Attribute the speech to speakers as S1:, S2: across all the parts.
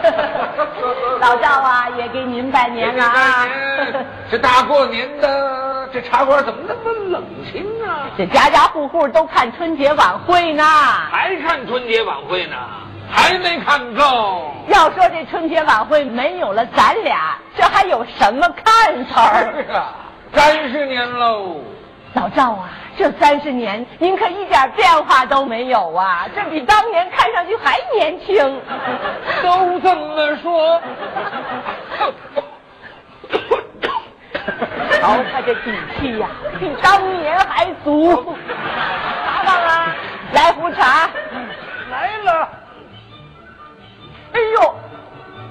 S1: 老赵啊，也给您拜年了啊！
S2: 这大过年的，这茶馆怎么那么冷清啊？
S1: 这家家户户都看春节晚会呢。
S2: 还看春节晚会呢？还没看够？
S1: 要说这春节晚会没有了咱俩，这还有什么看头 儿？
S2: 是啊，三十年喽！
S1: 老赵啊，这三十年您可一点变化都没有啊，这比当年看上去还年轻。
S2: 都这么说。
S1: 瞧他这底气呀、比当年还 足。茶上啊，来壶茶。
S2: 来了！哎呦，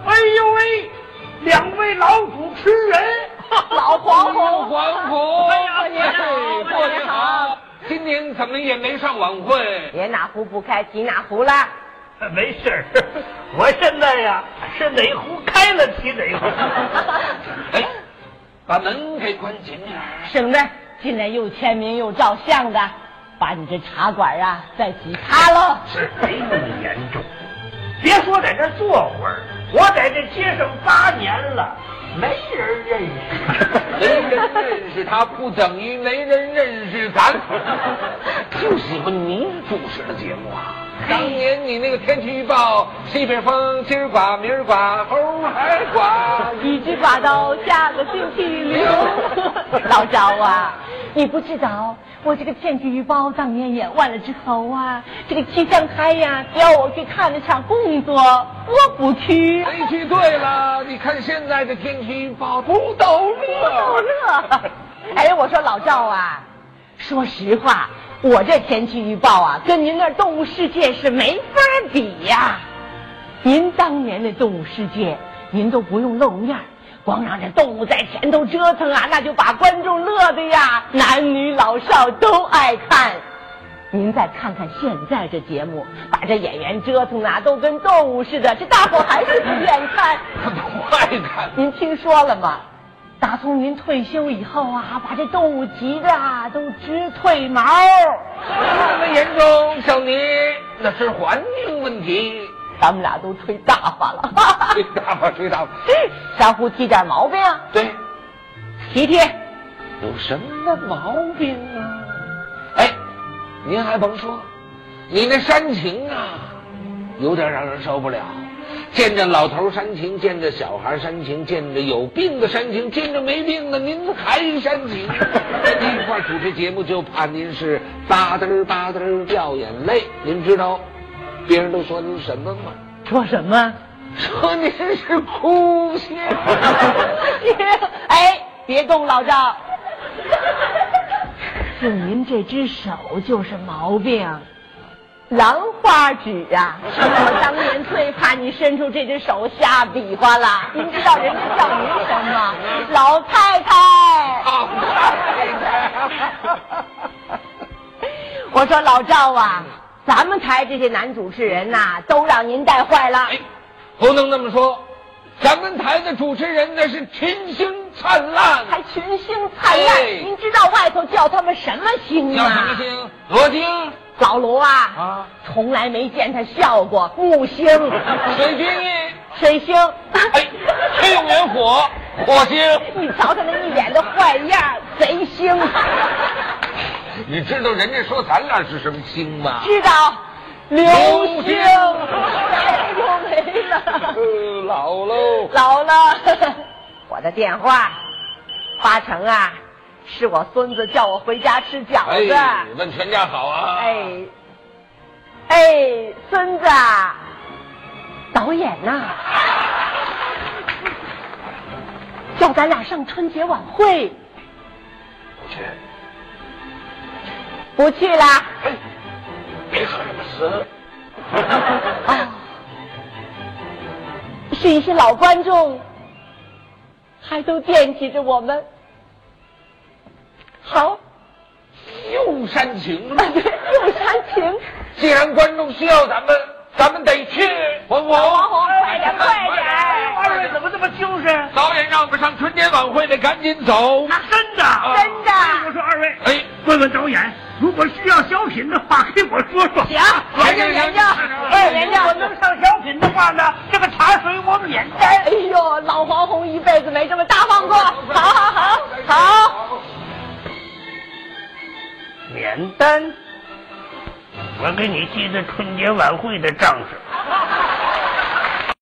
S2: 哎呦喂！两位老主持人，
S1: 老黄宏
S2: 老黄宏，
S1: 哎呀过年好
S2: 哎
S1: 过
S2: 过
S1: 年
S2: 年
S1: 好
S2: 好！今年怎么也没上晚 会？
S1: 别哪壶不开提哪壶啦。
S3: 没事儿，我现在呀是哪壶开了提哪壶。
S2: 哎，把门给关紧点儿。
S1: 省得进来又签名又照相的，把你这茶馆啊再挤塌喽。
S3: 是没那么严重，别说在这儿坐会儿，我在这街上八年了，没人认识。
S2: 没 人认识他，不等于没人认识咱。 就喜欢您主持的节目啊！当年你那个天气预报，西北风，今儿刮，明儿刮，后儿还刮。
S1: 一句话到下个星期六。老赵啊，你不知道我这个天气预报当年演完了之后啊，这个气象台呀、要我去看那场工作，我不去。
S2: 没去对了，你看现在的天气预报不逗
S1: 逗
S2: 乐，
S1: 乐。哎，我说老赵啊，说实话，我这天气预报啊，跟您那儿动物世界是没法比呀、您当年的动物世界，您都不用露面儿，光让这动物在前头折腾啊，那就把观众乐的呀，男女老少都爱看。您再看看现在这节目，把这演员折腾啊，都跟动物似的，这大伙还是不愿看。
S2: 不爱看。
S1: 您听说了吗？打从您退休以后啊，把这动物急的啊都直退毛。
S2: 那么严重，小尼，那是环境问 题。
S1: 咱们俩都吹大发了，
S2: 吹大吧，吹大吧。
S1: 相互提点毛病，啊
S2: 对，
S1: 提提。
S2: 有什么毛病啊？哎，您还甭说，你那煽情啊，有点让人受不了。见着老头煽情，见着小孩煽情，见着有病的煽情，见着没病的您还煽情。跟您一块儿主持节目，就怕您是吧嘚儿吧嘚儿掉眼泪。您知道别人都说您什么吗？
S1: 说什么？
S2: 说您是哭 星。
S1: 哎，别动老 赵，就您这只手就是毛病。兰花指啊！我当年最怕你伸出这只手瞎比划了。您知道人家叫您什 么？老太太。
S2: 好太太。
S1: 我说老赵啊，
S2: 嗯
S1: 咱们台这些男主持人呐、都让您带坏了。
S2: 哎，不能那么说，咱们台的主持人那是群星灿烂，
S1: 还群星灿烂，
S2: 哎
S1: 您知道外头叫他们什么星
S2: 叫什
S1: 吗
S2: 么？星？罗京
S1: 老卢啊，
S2: 啊
S1: 从来没见他笑过。木星、
S2: 水军一，
S1: 水星，
S2: 哎，黑云火，火星。
S1: 你瞧他那一脸的坏样儿，贼星，
S2: 你知道人家说咱俩是什么星吗？
S1: 知道？流
S2: 流
S1: 星，
S2: 星
S1: 哎呦没 了，
S2: 呃，老喽。
S1: 老了。 我的电话，八成啊，是我孙子叫我回家吃饺子。
S2: 哎，问全家好啊。
S1: 哎，哎，孙子啊，导演呐、 叫咱俩上春节晚会，
S3: 去，
S1: 不去啦。
S3: 别喝什么 死。
S1: 啊，是一些老观众，还都惦记着我们。好，
S2: 又煽情 了。
S1: 又煽情。
S2: 既然观众需要咱们，咱们得去。哎黄宏，
S1: 老黄宏快点快点
S3: 哎二位怎么这么精神？
S2: 导演让我们上春节晚会的，赶紧走。
S3: 真的，
S1: 啊
S3: 啊
S1: 真的
S3: 我说二位，
S2: 哎，
S3: 问问导演，如果需要小品的话，给我说说。哎
S1: 行，研究研究，研究。
S3: 上小品的话呢，这个茶水我免担。
S1: 哎呦，老黄宏一辈子没这么大方过。好好好好，
S3: 免单。我给你记的春节晚会的账是。